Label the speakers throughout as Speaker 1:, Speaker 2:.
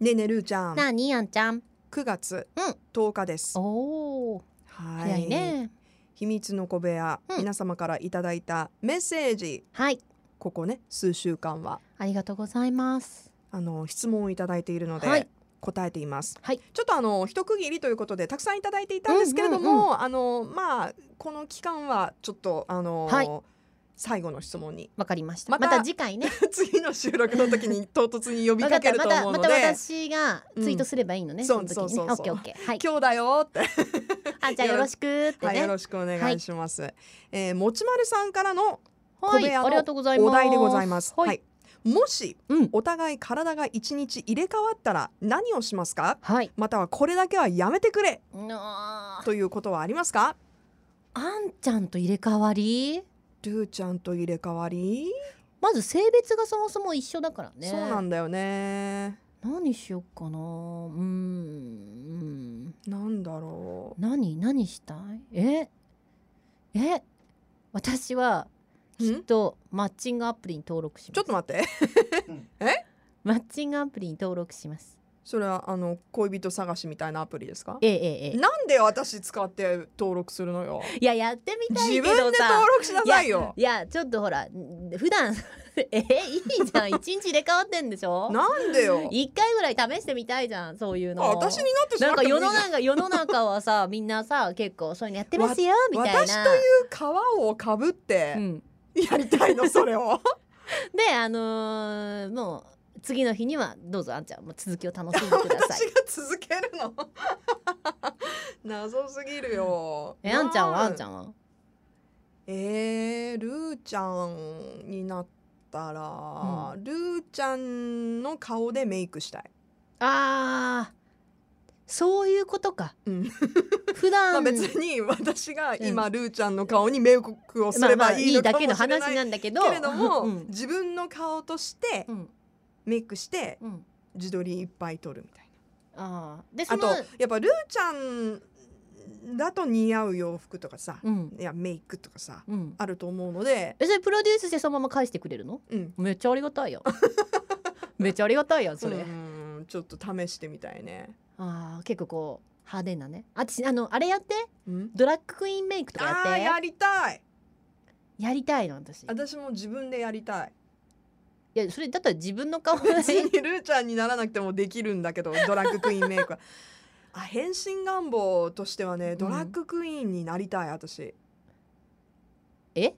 Speaker 1: ねえねえるーちゃん
Speaker 2: なあにやんちゃん
Speaker 1: 9月
Speaker 2: うん
Speaker 1: 10日です、
Speaker 2: おお
Speaker 1: はい
Speaker 2: 早いね
Speaker 1: 秘密の小部屋、
Speaker 2: うん
Speaker 1: 皆様からいただいたメッセージ
Speaker 2: はい
Speaker 1: ここね数週間は
Speaker 2: ありがとうございます
Speaker 1: あの質問をいただいているので、
Speaker 2: はい
Speaker 1: 答えています、
Speaker 2: はい
Speaker 1: ちょっとあの一区切りということでたくさんいただいていたんですけれども、
Speaker 2: うんうん
Speaker 1: あのまあこの期間はちょっとあの、
Speaker 2: はい
Speaker 1: 最後の質問に
Speaker 2: わかりました
Speaker 1: ま
Speaker 2: ま
Speaker 1: た
Speaker 2: た次回 ね
Speaker 1: 次の収録の時に唐突に呼び
Speaker 2: わ
Speaker 1: かけると
Speaker 2: また
Speaker 1: 思う
Speaker 2: ま
Speaker 1: の
Speaker 2: た
Speaker 1: で
Speaker 2: 私がツイートすればいいのね、
Speaker 1: うん
Speaker 2: その時にね
Speaker 1: そうそうそうそう
Speaker 2: オッケーオッケーはい
Speaker 1: 今日だよって
Speaker 2: あじゃあよろしくって
Speaker 1: はい、
Speaker 2: ね
Speaker 1: よろしくお願いします。えー、もちまるさんからの
Speaker 2: は
Speaker 1: 小部
Speaker 2: い
Speaker 1: 屋の
Speaker 2: ありがとうございます
Speaker 1: お題でございます。
Speaker 2: はい、
Speaker 1: はい。もし
Speaker 2: うん
Speaker 1: お互い体が一日入れ替わったら何をしますか？
Speaker 2: はい
Speaker 1: またはこれだけはやめてくれ
Speaker 2: なあ
Speaker 1: ということはありますか？
Speaker 2: あんちゃんと入れ替わり
Speaker 1: ルーちゃんと入れ替わり、
Speaker 2: まず性別がそもそも一緒だからね
Speaker 1: そうなんだよね。
Speaker 2: 何しよっかなうーん
Speaker 1: なんだろ
Speaker 2: 何何したいええ私は
Speaker 1: う。
Speaker 2: きっ
Speaker 1: ん？
Speaker 2: とマッチングアプリに登録します
Speaker 1: ちょっと待って。
Speaker 2: マッチングアプリに登録します
Speaker 1: それはあの恋人探しみたいなアプリですか？
Speaker 2: えええええ
Speaker 1: なんで私使って登録するのよ。
Speaker 2: えいややってみたい
Speaker 1: 自
Speaker 2: け
Speaker 1: 分で登
Speaker 2: どさ
Speaker 1: 録しなさいよ。
Speaker 2: いやちょっとほら普段 えいい じゃん一日入れ替わってんでしょ
Speaker 1: なんでよ。
Speaker 2: 一回ぐらい試してみたいじゃんそういうの
Speaker 1: あ私になってしま
Speaker 2: な
Speaker 1: っ
Speaker 2: ん
Speaker 1: て
Speaker 2: か
Speaker 1: もいいじゃ
Speaker 2: 世
Speaker 1: ん
Speaker 2: の中世の中はさみんなさ結構そういうのやってますよみたいな
Speaker 1: 私という皮をかぶって
Speaker 2: うん
Speaker 1: やりたい のそれを
Speaker 2: であのーもう次の日にはどうぞあんちゃんもう続きを楽しんでください
Speaker 1: 私が続けるの 謎すぎるよ
Speaker 2: えあんちゃんはあんち
Speaker 1: ん
Speaker 2: ゃんは
Speaker 1: えー、ルーちゃんになったら、ルーちゃんの顔でメイクしたい、
Speaker 2: あーそういうことか
Speaker 1: うん
Speaker 2: 普
Speaker 1: まあ、
Speaker 2: 段
Speaker 1: 別に私が今、ルーちゃんの顔にメイクをす
Speaker 2: まあ
Speaker 1: れ
Speaker 2: ま
Speaker 1: ば
Speaker 2: あ
Speaker 1: いい
Speaker 2: い
Speaker 1: の
Speaker 2: い
Speaker 1: か
Speaker 2: だ
Speaker 1: もしれ
Speaker 2: け
Speaker 1: な
Speaker 2: の
Speaker 1: い
Speaker 2: 話なんだけど
Speaker 1: けれども、
Speaker 2: うん
Speaker 1: 自分の顔として
Speaker 2: うん
Speaker 1: メイクして
Speaker 2: うん
Speaker 1: 自撮りいっぱい撮るみたいな。
Speaker 2: あーでそ
Speaker 1: あと
Speaker 2: の
Speaker 1: やっぱルーちゃんだと似合う洋服とかさ、
Speaker 2: うん
Speaker 1: いやメイクとかさ
Speaker 2: うん
Speaker 1: あると思うので、
Speaker 2: えそれプロデュースしてそのまま返してくれるの
Speaker 1: うん、
Speaker 2: めっちゃありがたいや んめっちゃありがたいやんそれ、
Speaker 1: うんちょっと試してみたいね。
Speaker 2: あー結構こう派手なねあ私あのあれやって
Speaker 1: うん、
Speaker 2: ドラッグクイーンメイクとかやっ
Speaker 1: あ
Speaker 2: て
Speaker 1: ーやりたい。
Speaker 2: やりたいの私
Speaker 1: 私も自分でやり たい。
Speaker 2: いやそれだったら自分の顔だ
Speaker 1: 別
Speaker 2: し
Speaker 1: にルーちゃんにならなくてもできるんだけどドラッグクイーンメイクは。あ変身願望としてはねドラッグクイーンになりたい私。
Speaker 2: え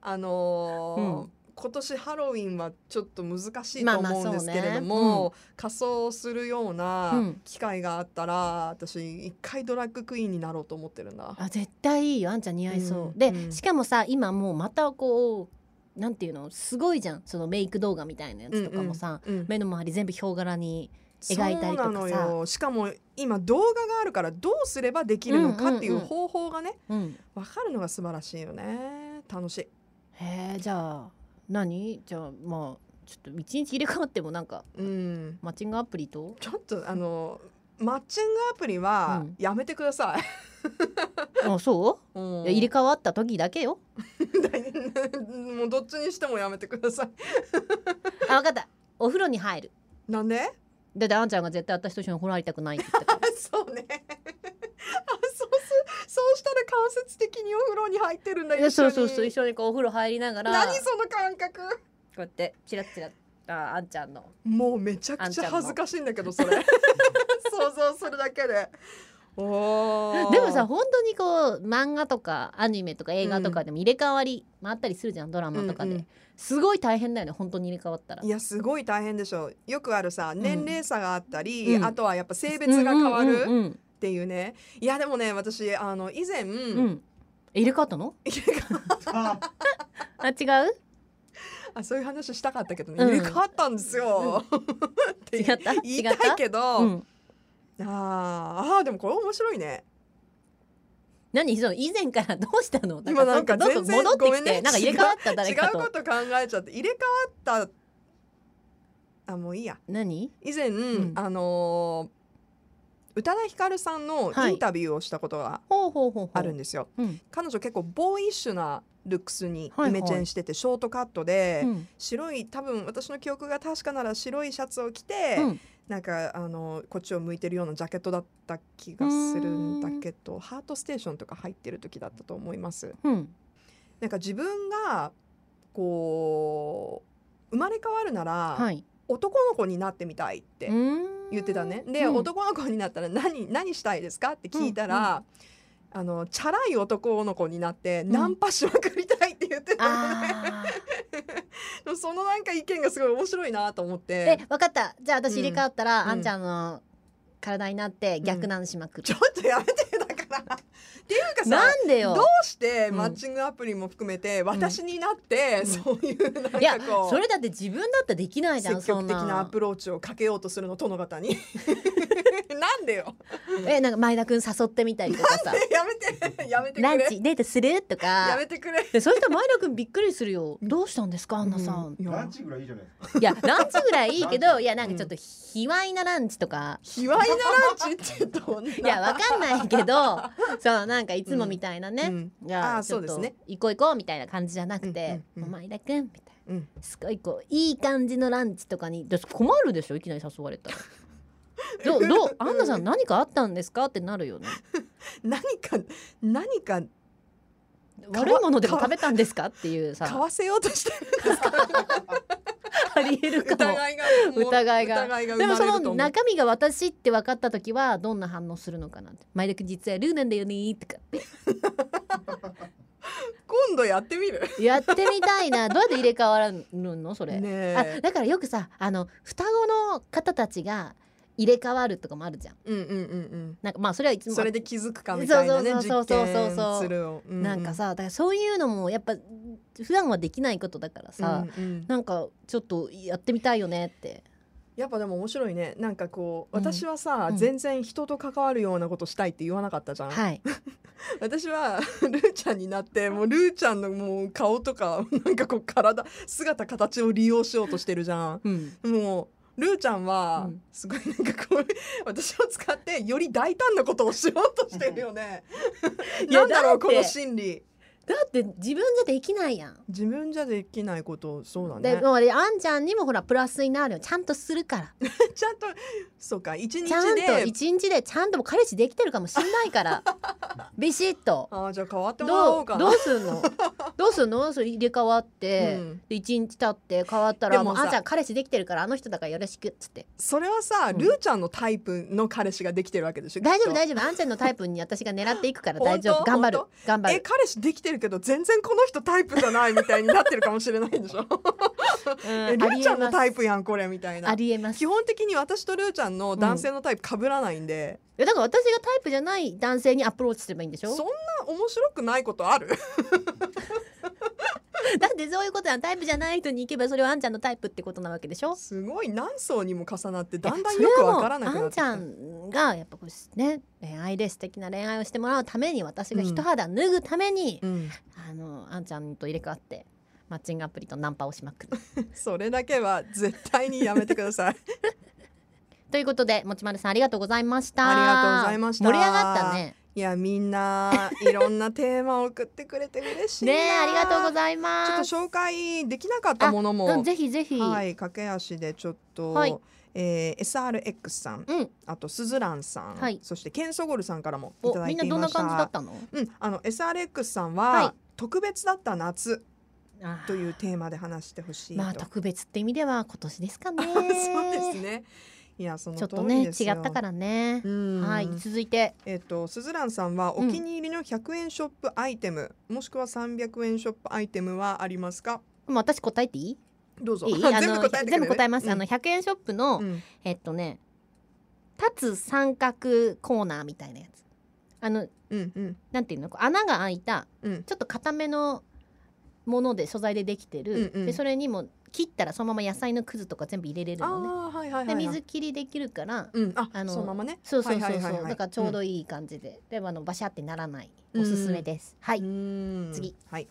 Speaker 1: あのー
Speaker 2: うん
Speaker 1: 今年ハロウィンはちょっと難しい
Speaker 2: ま
Speaker 1: と
Speaker 2: あまあ
Speaker 1: 思うんですけれども、
Speaker 2: そうね
Speaker 1: 仮装するよう
Speaker 2: う
Speaker 1: なん機会があったら、私一回ドラッグクイーンになろうと思ってるんだ。
Speaker 2: あ絶対いいよあんちゃん似合いそう、
Speaker 1: うん
Speaker 2: で、
Speaker 1: うん
Speaker 2: しかもさ今もうまたこうなんていうのすごいじゃんそのメイク動画みたいなやつとかもさ、
Speaker 1: うんうん
Speaker 2: 目の周り全部ヒョウ柄に描いたりとかさ
Speaker 1: そうなのよしかも今動画があるからどうすればできるのかっていう方法がね
Speaker 2: うん
Speaker 1: 分かるのが素晴らしいよね楽しい。
Speaker 2: へえじゃあ何じゃあまあちょっと一日入れ替わってもなんか
Speaker 1: うん、
Speaker 2: マッチングアプリと
Speaker 1: ちょっとあのマッチングアプリは
Speaker 2: うん
Speaker 1: やめてください。
Speaker 2: あそうう、
Speaker 1: ん
Speaker 2: いや入れ替わった時だけよ
Speaker 1: もう どっちにしてもやめてください。
Speaker 2: あ分かったお風呂に入る
Speaker 1: なんで
Speaker 2: だってあんちゃんが絶対私と一緒にお風呂入りたくないって言ったから
Speaker 1: そうね。あ、そうす、そうしたら間接的にお風呂に入ってるんだ
Speaker 2: い
Speaker 1: よ。
Speaker 2: や
Speaker 1: 一緒
Speaker 2: そう
Speaker 1: に
Speaker 2: そうそう一緒にこうお風呂入りながら
Speaker 1: 何その感覚。
Speaker 2: こうやってチラッチラッああんちゃんの
Speaker 1: もうめちゃくちゃ恥ずかしいんだけど、それ。 想像するだけで。おお。
Speaker 2: でもさ、本当にこう漫画とかアニメとか映画とかでも入れ替わりもあったりするじゃんドラマとかで、
Speaker 1: うんうん
Speaker 2: すごい大変だよね本当に入れ替わったら
Speaker 1: いやすごい大変でしょう。よくあるさ、年齢差があったり、
Speaker 2: うん
Speaker 1: あとはやっぱ性別が変わ
Speaker 2: うんう
Speaker 1: る
Speaker 2: んうん
Speaker 1: っていうね。いやでもね、私あの以前、
Speaker 2: うん うんえ入れ替わったのあ違う
Speaker 1: あそういう話したかったけどね、
Speaker 2: うん
Speaker 1: 入れ替わったんですよ。 って
Speaker 2: 違
Speaker 1: 言い
Speaker 2: った
Speaker 1: 言
Speaker 2: 違
Speaker 1: い
Speaker 2: った
Speaker 1: いけど、
Speaker 2: うん、
Speaker 1: あーあーでもこれ面白いね
Speaker 2: 何その以前からどうしたのなん
Speaker 1: 今なんか
Speaker 2: どんど
Speaker 1: 全
Speaker 2: ん
Speaker 1: 然
Speaker 2: 戻って
Speaker 1: ごめ
Speaker 2: き
Speaker 1: ん
Speaker 2: て、
Speaker 1: ね
Speaker 2: なんか入れ替わった
Speaker 1: 違
Speaker 2: 誰
Speaker 1: う
Speaker 2: か
Speaker 1: ことと考えちゃって入れ替わったあもういいや
Speaker 2: 何
Speaker 1: 以前、
Speaker 2: ん
Speaker 1: あのー宇多田ヒカルさんの
Speaker 2: はい
Speaker 1: インタビューをしたことが
Speaker 2: ほうほうほうほう
Speaker 1: あるんですよ、
Speaker 2: うん
Speaker 1: 彼女結構ボーイッシュなルックスに
Speaker 2: はいはい
Speaker 1: イメチェンしてて、ショートカットで、
Speaker 2: うん
Speaker 1: 白い多分私の記憶が確かなら白いシャツを着て、
Speaker 2: うん
Speaker 1: なんかあのこっちを向いてるようなジャケットだった気がするんだけどハートステーションとか入ってる時だったと思います。
Speaker 2: うん
Speaker 1: なんか自分がこう生まれ変わるなら、
Speaker 2: はい
Speaker 1: 男の子になってみたいって言
Speaker 2: 言
Speaker 1: ってたね。で、男の子になったら何何したいですかって聞いたら、あのチャラい男の子になって
Speaker 2: ん
Speaker 1: ナンパしまくりたいって言ってたのね。
Speaker 2: あー
Speaker 1: そのなんか意見がすごい面白いなと思っ
Speaker 2: え
Speaker 1: て。
Speaker 2: 分かったじゃあ私入れ替わったら、
Speaker 1: うん
Speaker 2: あんちゃんの体になって逆なのしまく
Speaker 1: ち
Speaker 2: る
Speaker 1: ょ、っとやめてだから。っていうかさ。
Speaker 2: なんで
Speaker 1: ど
Speaker 2: よ
Speaker 1: うして
Speaker 2: うん
Speaker 1: マッチングアプリも含めて私になって
Speaker 2: ん
Speaker 1: そういうなんか
Speaker 2: いや
Speaker 1: こ
Speaker 2: そうれだって自分だったらできないじゃん
Speaker 1: 積極的
Speaker 2: そん
Speaker 1: なアプローチをかけようとするの殿方 になんでよ
Speaker 2: えなんか前田君誘ってみたりとかさ
Speaker 1: やめてやめてく
Speaker 2: ラン
Speaker 1: れ
Speaker 2: チデートすると
Speaker 1: や
Speaker 2: か
Speaker 1: めてくれ
Speaker 2: でそうしたら前田君びっくりするよどうしたんですかアンナさ ん、
Speaker 1: ういや
Speaker 3: ランチぐらいいいじゃないですか。
Speaker 2: いやランチぐらいいいけ
Speaker 3: ラン
Speaker 2: ど
Speaker 3: チ
Speaker 2: いやなんかちょっと卑猥なランチとか
Speaker 1: 卑猥なランチってどんな。
Speaker 2: いやわかんないけどそうなんかいつもみたいなね、
Speaker 1: うん
Speaker 2: じゃ
Speaker 1: あ
Speaker 2: あ
Speaker 1: ー
Speaker 2: ち
Speaker 1: そ
Speaker 2: ょっ
Speaker 1: う
Speaker 2: と
Speaker 1: ですね
Speaker 2: 行こう行こうみたいな感じじゃなくて「
Speaker 1: うんうんうん
Speaker 2: 前田君」みたい
Speaker 1: う
Speaker 2: な。
Speaker 1: ん
Speaker 2: すごいこういい感じのランチとかにだって困るでしょいきなり誘わ れたら。どうどうアンナさん何かあったんですかってなるよね。
Speaker 1: 何か何かわ
Speaker 2: 悪いものでも食べたんですかっていう
Speaker 1: 買
Speaker 2: さ
Speaker 1: わせようとしてる
Speaker 2: ありえるか
Speaker 1: 疑
Speaker 2: も。
Speaker 1: いがもう
Speaker 2: 疑いが
Speaker 1: 疑いが生
Speaker 2: でも
Speaker 1: ま
Speaker 2: そ
Speaker 1: れると
Speaker 2: の
Speaker 1: 思う。
Speaker 2: 中身が私って分かった時はどんな反応するのかなって「前田君実はルーなんだよね」とかって
Speaker 1: 今度やってみる。
Speaker 2: やってみた いなどうやって入れ替わるのそれ、
Speaker 1: ね
Speaker 2: あ
Speaker 1: え。
Speaker 2: だからよくさあの双子の方たちが入れ替わるとかもあるじゃん
Speaker 1: うんうんうん
Speaker 2: なんかまあそれはいつ
Speaker 1: うん。
Speaker 2: も
Speaker 1: それで気づくかみたいなね
Speaker 2: そうそう
Speaker 1: 実
Speaker 2: そうそう
Speaker 1: 験
Speaker 2: そう
Speaker 1: するを。うう
Speaker 2: なんかさだからそういうのもやっぱ普段はできないことだからさ、
Speaker 1: うんうん
Speaker 2: なんかちょっとやってみたいよねって
Speaker 1: やっぱでも面白いね。なんかこう
Speaker 2: うん
Speaker 1: 私はさ
Speaker 2: うん
Speaker 1: 全然人と関わるようなことしたいって言わなかったじゃん。
Speaker 2: はい
Speaker 1: 私は ルーちゃんになってもうルーちゃんのもう顔とか なんかこう体姿形を利用し ようとしてるじゃん。
Speaker 2: うん
Speaker 1: もうルーちゃんは
Speaker 2: うん
Speaker 1: すごいなんかこう 私を使ってより大胆なことをしようとしてるよね。
Speaker 2: いや
Speaker 1: なんだろう
Speaker 2: だっ
Speaker 1: こ
Speaker 2: て
Speaker 1: の心理。
Speaker 2: だって自分じゃできないやん、
Speaker 1: 自分じゃできないことそうだ
Speaker 2: で
Speaker 1: ね。
Speaker 2: もあれあんちゃんにもほらプラスになるよちゃんとするから
Speaker 1: ちゃんとそうか一日
Speaker 2: ちゃんと
Speaker 1: で
Speaker 2: 一日でちゃんともう彼氏できてるかもしんないから ビシッと
Speaker 1: あーじゃあ変わってもらお
Speaker 2: ど
Speaker 1: う
Speaker 2: う
Speaker 1: かな
Speaker 2: どう。す んのどうすんのそれ入れ替わって、
Speaker 1: うん
Speaker 2: で一日経って変わったら
Speaker 1: で
Speaker 2: も
Speaker 1: も
Speaker 2: う
Speaker 1: さ
Speaker 2: あんちゃん彼氏できてるからあの人だからよろしくっつって
Speaker 1: それはさ
Speaker 2: うん
Speaker 1: ルーちゃんのタイプの彼氏ができてるわけでしょ。
Speaker 2: 大丈夫
Speaker 1: 丈
Speaker 2: 大丈夫あんちゃんのタイプに私が狙っていくから
Speaker 1: 本
Speaker 2: 大
Speaker 1: 当
Speaker 2: 丈夫頑張る
Speaker 1: 本
Speaker 2: 頑張
Speaker 1: え
Speaker 2: る
Speaker 1: 彼氏できてるけど全然この人タイプじゃないみたいになってるかもしれないでし ょ。え
Speaker 2: う
Speaker 1: ルーちゃんのタイ
Speaker 2: プ
Speaker 1: プやんこれみたいな
Speaker 2: あ。りえます
Speaker 1: 基
Speaker 2: い
Speaker 1: 本的に私とルーちゃんの男性のタイプ被らないんで、
Speaker 2: やだから私がタイプじゃない男性にアプローチすればいいんでしょ
Speaker 1: そんな面白くないことある
Speaker 2: だってそういうことはタイプじゃない人に行けばそれはあんちゃんのタイプってことなわけでしょ
Speaker 1: すごい何層にも重なってだんだ
Speaker 2: い
Speaker 1: ん
Speaker 2: や
Speaker 1: よ
Speaker 2: そ
Speaker 1: く
Speaker 2: れは
Speaker 1: わ
Speaker 2: もう
Speaker 1: からなくな
Speaker 2: あ
Speaker 1: っ
Speaker 2: ん
Speaker 1: てき
Speaker 2: ち
Speaker 1: た
Speaker 2: ゃんがやっぱこうね恋愛で素敵な恋愛をしてもらうために私が一肌脱ぐために、
Speaker 1: うん、
Speaker 2: あのあんちゃんと入れ替わってマッチングアプリとナンパをしまくる
Speaker 1: それだけは絶対にやめてください
Speaker 2: ということでもちまるさんありがとうございました
Speaker 1: ありがとうございました
Speaker 2: 盛り上がったね
Speaker 1: いやみんないろんなテーマを送ってくれて嬉しいな
Speaker 2: ねえありがとうございます
Speaker 1: ちょっと紹介できなかったものも
Speaker 2: うんぜひぜひ、
Speaker 1: はい、駆け足でちょっと、
Speaker 2: はい
Speaker 1: えー SRX さん、
Speaker 2: うん
Speaker 1: あとすずらんさん、
Speaker 2: はい
Speaker 1: そしてケンソゴルさんからもいた
Speaker 2: お
Speaker 1: だ
Speaker 2: み
Speaker 1: い
Speaker 2: んな
Speaker 1: てい
Speaker 2: どん
Speaker 1: ま
Speaker 2: な
Speaker 1: した
Speaker 2: 感じだったの
Speaker 1: うん、あの SRX さん
Speaker 2: は
Speaker 1: は、
Speaker 2: い
Speaker 1: 特別だった夏
Speaker 2: あ
Speaker 1: というテーマで話してほしいと、
Speaker 2: まあ特別って意味では今年ですかね
Speaker 1: そうですねいやその
Speaker 2: ちょっ
Speaker 1: 通
Speaker 2: と
Speaker 1: り
Speaker 2: ね違
Speaker 1: で
Speaker 2: っ
Speaker 1: すよ
Speaker 2: たからね
Speaker 1: う、ん、
Speaker 2: はい続いて
Speaker 1: えっ、とすずらんさんは
Speaker 2: う
Speaker 1: お
Speaker 2: ん
Speaker 1: 気に入りの100円ショップアイテム、もしくは300円ショップアイテムはありますか
Speaker 2: もう私答えていい
Speaker 1: どうぞ
Speaker 2: いい あの
Speaker 1: 全部答えてくれる
Speaker 2: 全部答えます、
Speaker 1: うん
Speaker 2: あの100円ショップの、
Speaker 1: うん
Speaker 2: えっとね立つ三角コーナーみたいなやつあの
Speaker 1: うんうん
Speaker 2: なんていうのこう穴が開いた
Speaker 1: うん
Speaker 2: ちょっと固めのもので素材でできてる、
Speaker 1: うんうん
Speaker 2: でそれにも切ったらそのまま野菜のくずとか全部入れれる
Speaker 1: あ
Speaker 2: のね
Speaker 1: あはいはいはい、
Speaker 2: で
Speaker 1: はい、
Speaker 2: 水切りできるから、
Speaker 1: うん、あ、
Speaker 2: あの
Speaker 1: そのままね。
Speaker 2: そうそうそうそう、
Speaker 1: はいはいはいはい
Speaker 2: だからちょうどいい感じで、でもあのバシャってならない
Speaker 1: うん
Speaker 2: おすすめです、は
Speaker 1: う
Speaker 2: い
Speaker 1: ーん
Speaker 2: 次。
Speaker 1: はい。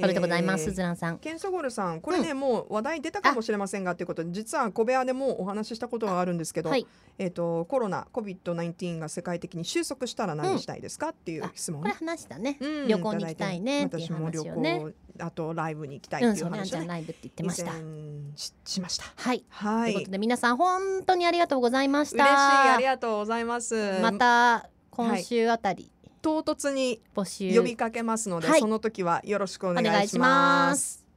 Speaker 2: ありがとうございます、
Speaker 1: えー
Speaker 2: スズランさん
Speaker 1: ケンソゴルさんこれね、もう話題出たかもしれませんがということで実は小部屋でもうお話ししたことがあるんですけど、
Speaker 2: はい
Speaker 1: えっ、とコロナ COVID-19 が世界的に収束したら何したいですか、っていう質問
Speaker 2: これ
Speaker 1: ね、
Speaker 2: 話したね、
Speaker 1: うん
Speaker 2: 旅行に行きたいねって
Speaker 1: だ
Speaker 2: いう
Speaker 1: ただ
Speaker 2: 話
Speaker 1: 私
Speaker 2: を
Speaker 1: も旅
Speaker 2: ね
Speaker 1: 行あとライブに行きたい
Speaker 2: うん
Speaker 1: ってい
Speaker 2: そううねあん
Speaker 1: 話
Speaker 2: ち
Speaker 1: を
Speaker 2: ゃ
Speaker 1: ね、
Speaker 2: んライブって言ってました
Speaker 1: 以前ししました
Speaker 2: はい、
Speaker 1: はい
Speaker 2: と
Speaker 1: 嬉し
Speaker 2: いうこと
Speaker 1: い
Speaker 2: で皆さん本当にありがとうございました
Speaker 1: ありがとうございます
Speaker 2: また今週あたり
Speaker 1: 唐突に
Speaker 2: 募集、
Speaker 1: 呼びかけますので、
Speaker 2: はい
Speaker 1: その時はよろしくお
Speaker 2: お願
Speaker 1: 願
Speaker 2: い
Speaker 1: い
Speaker 2: し
Speaker 1: し
Speaker 2: ま
Speaker 1: ますす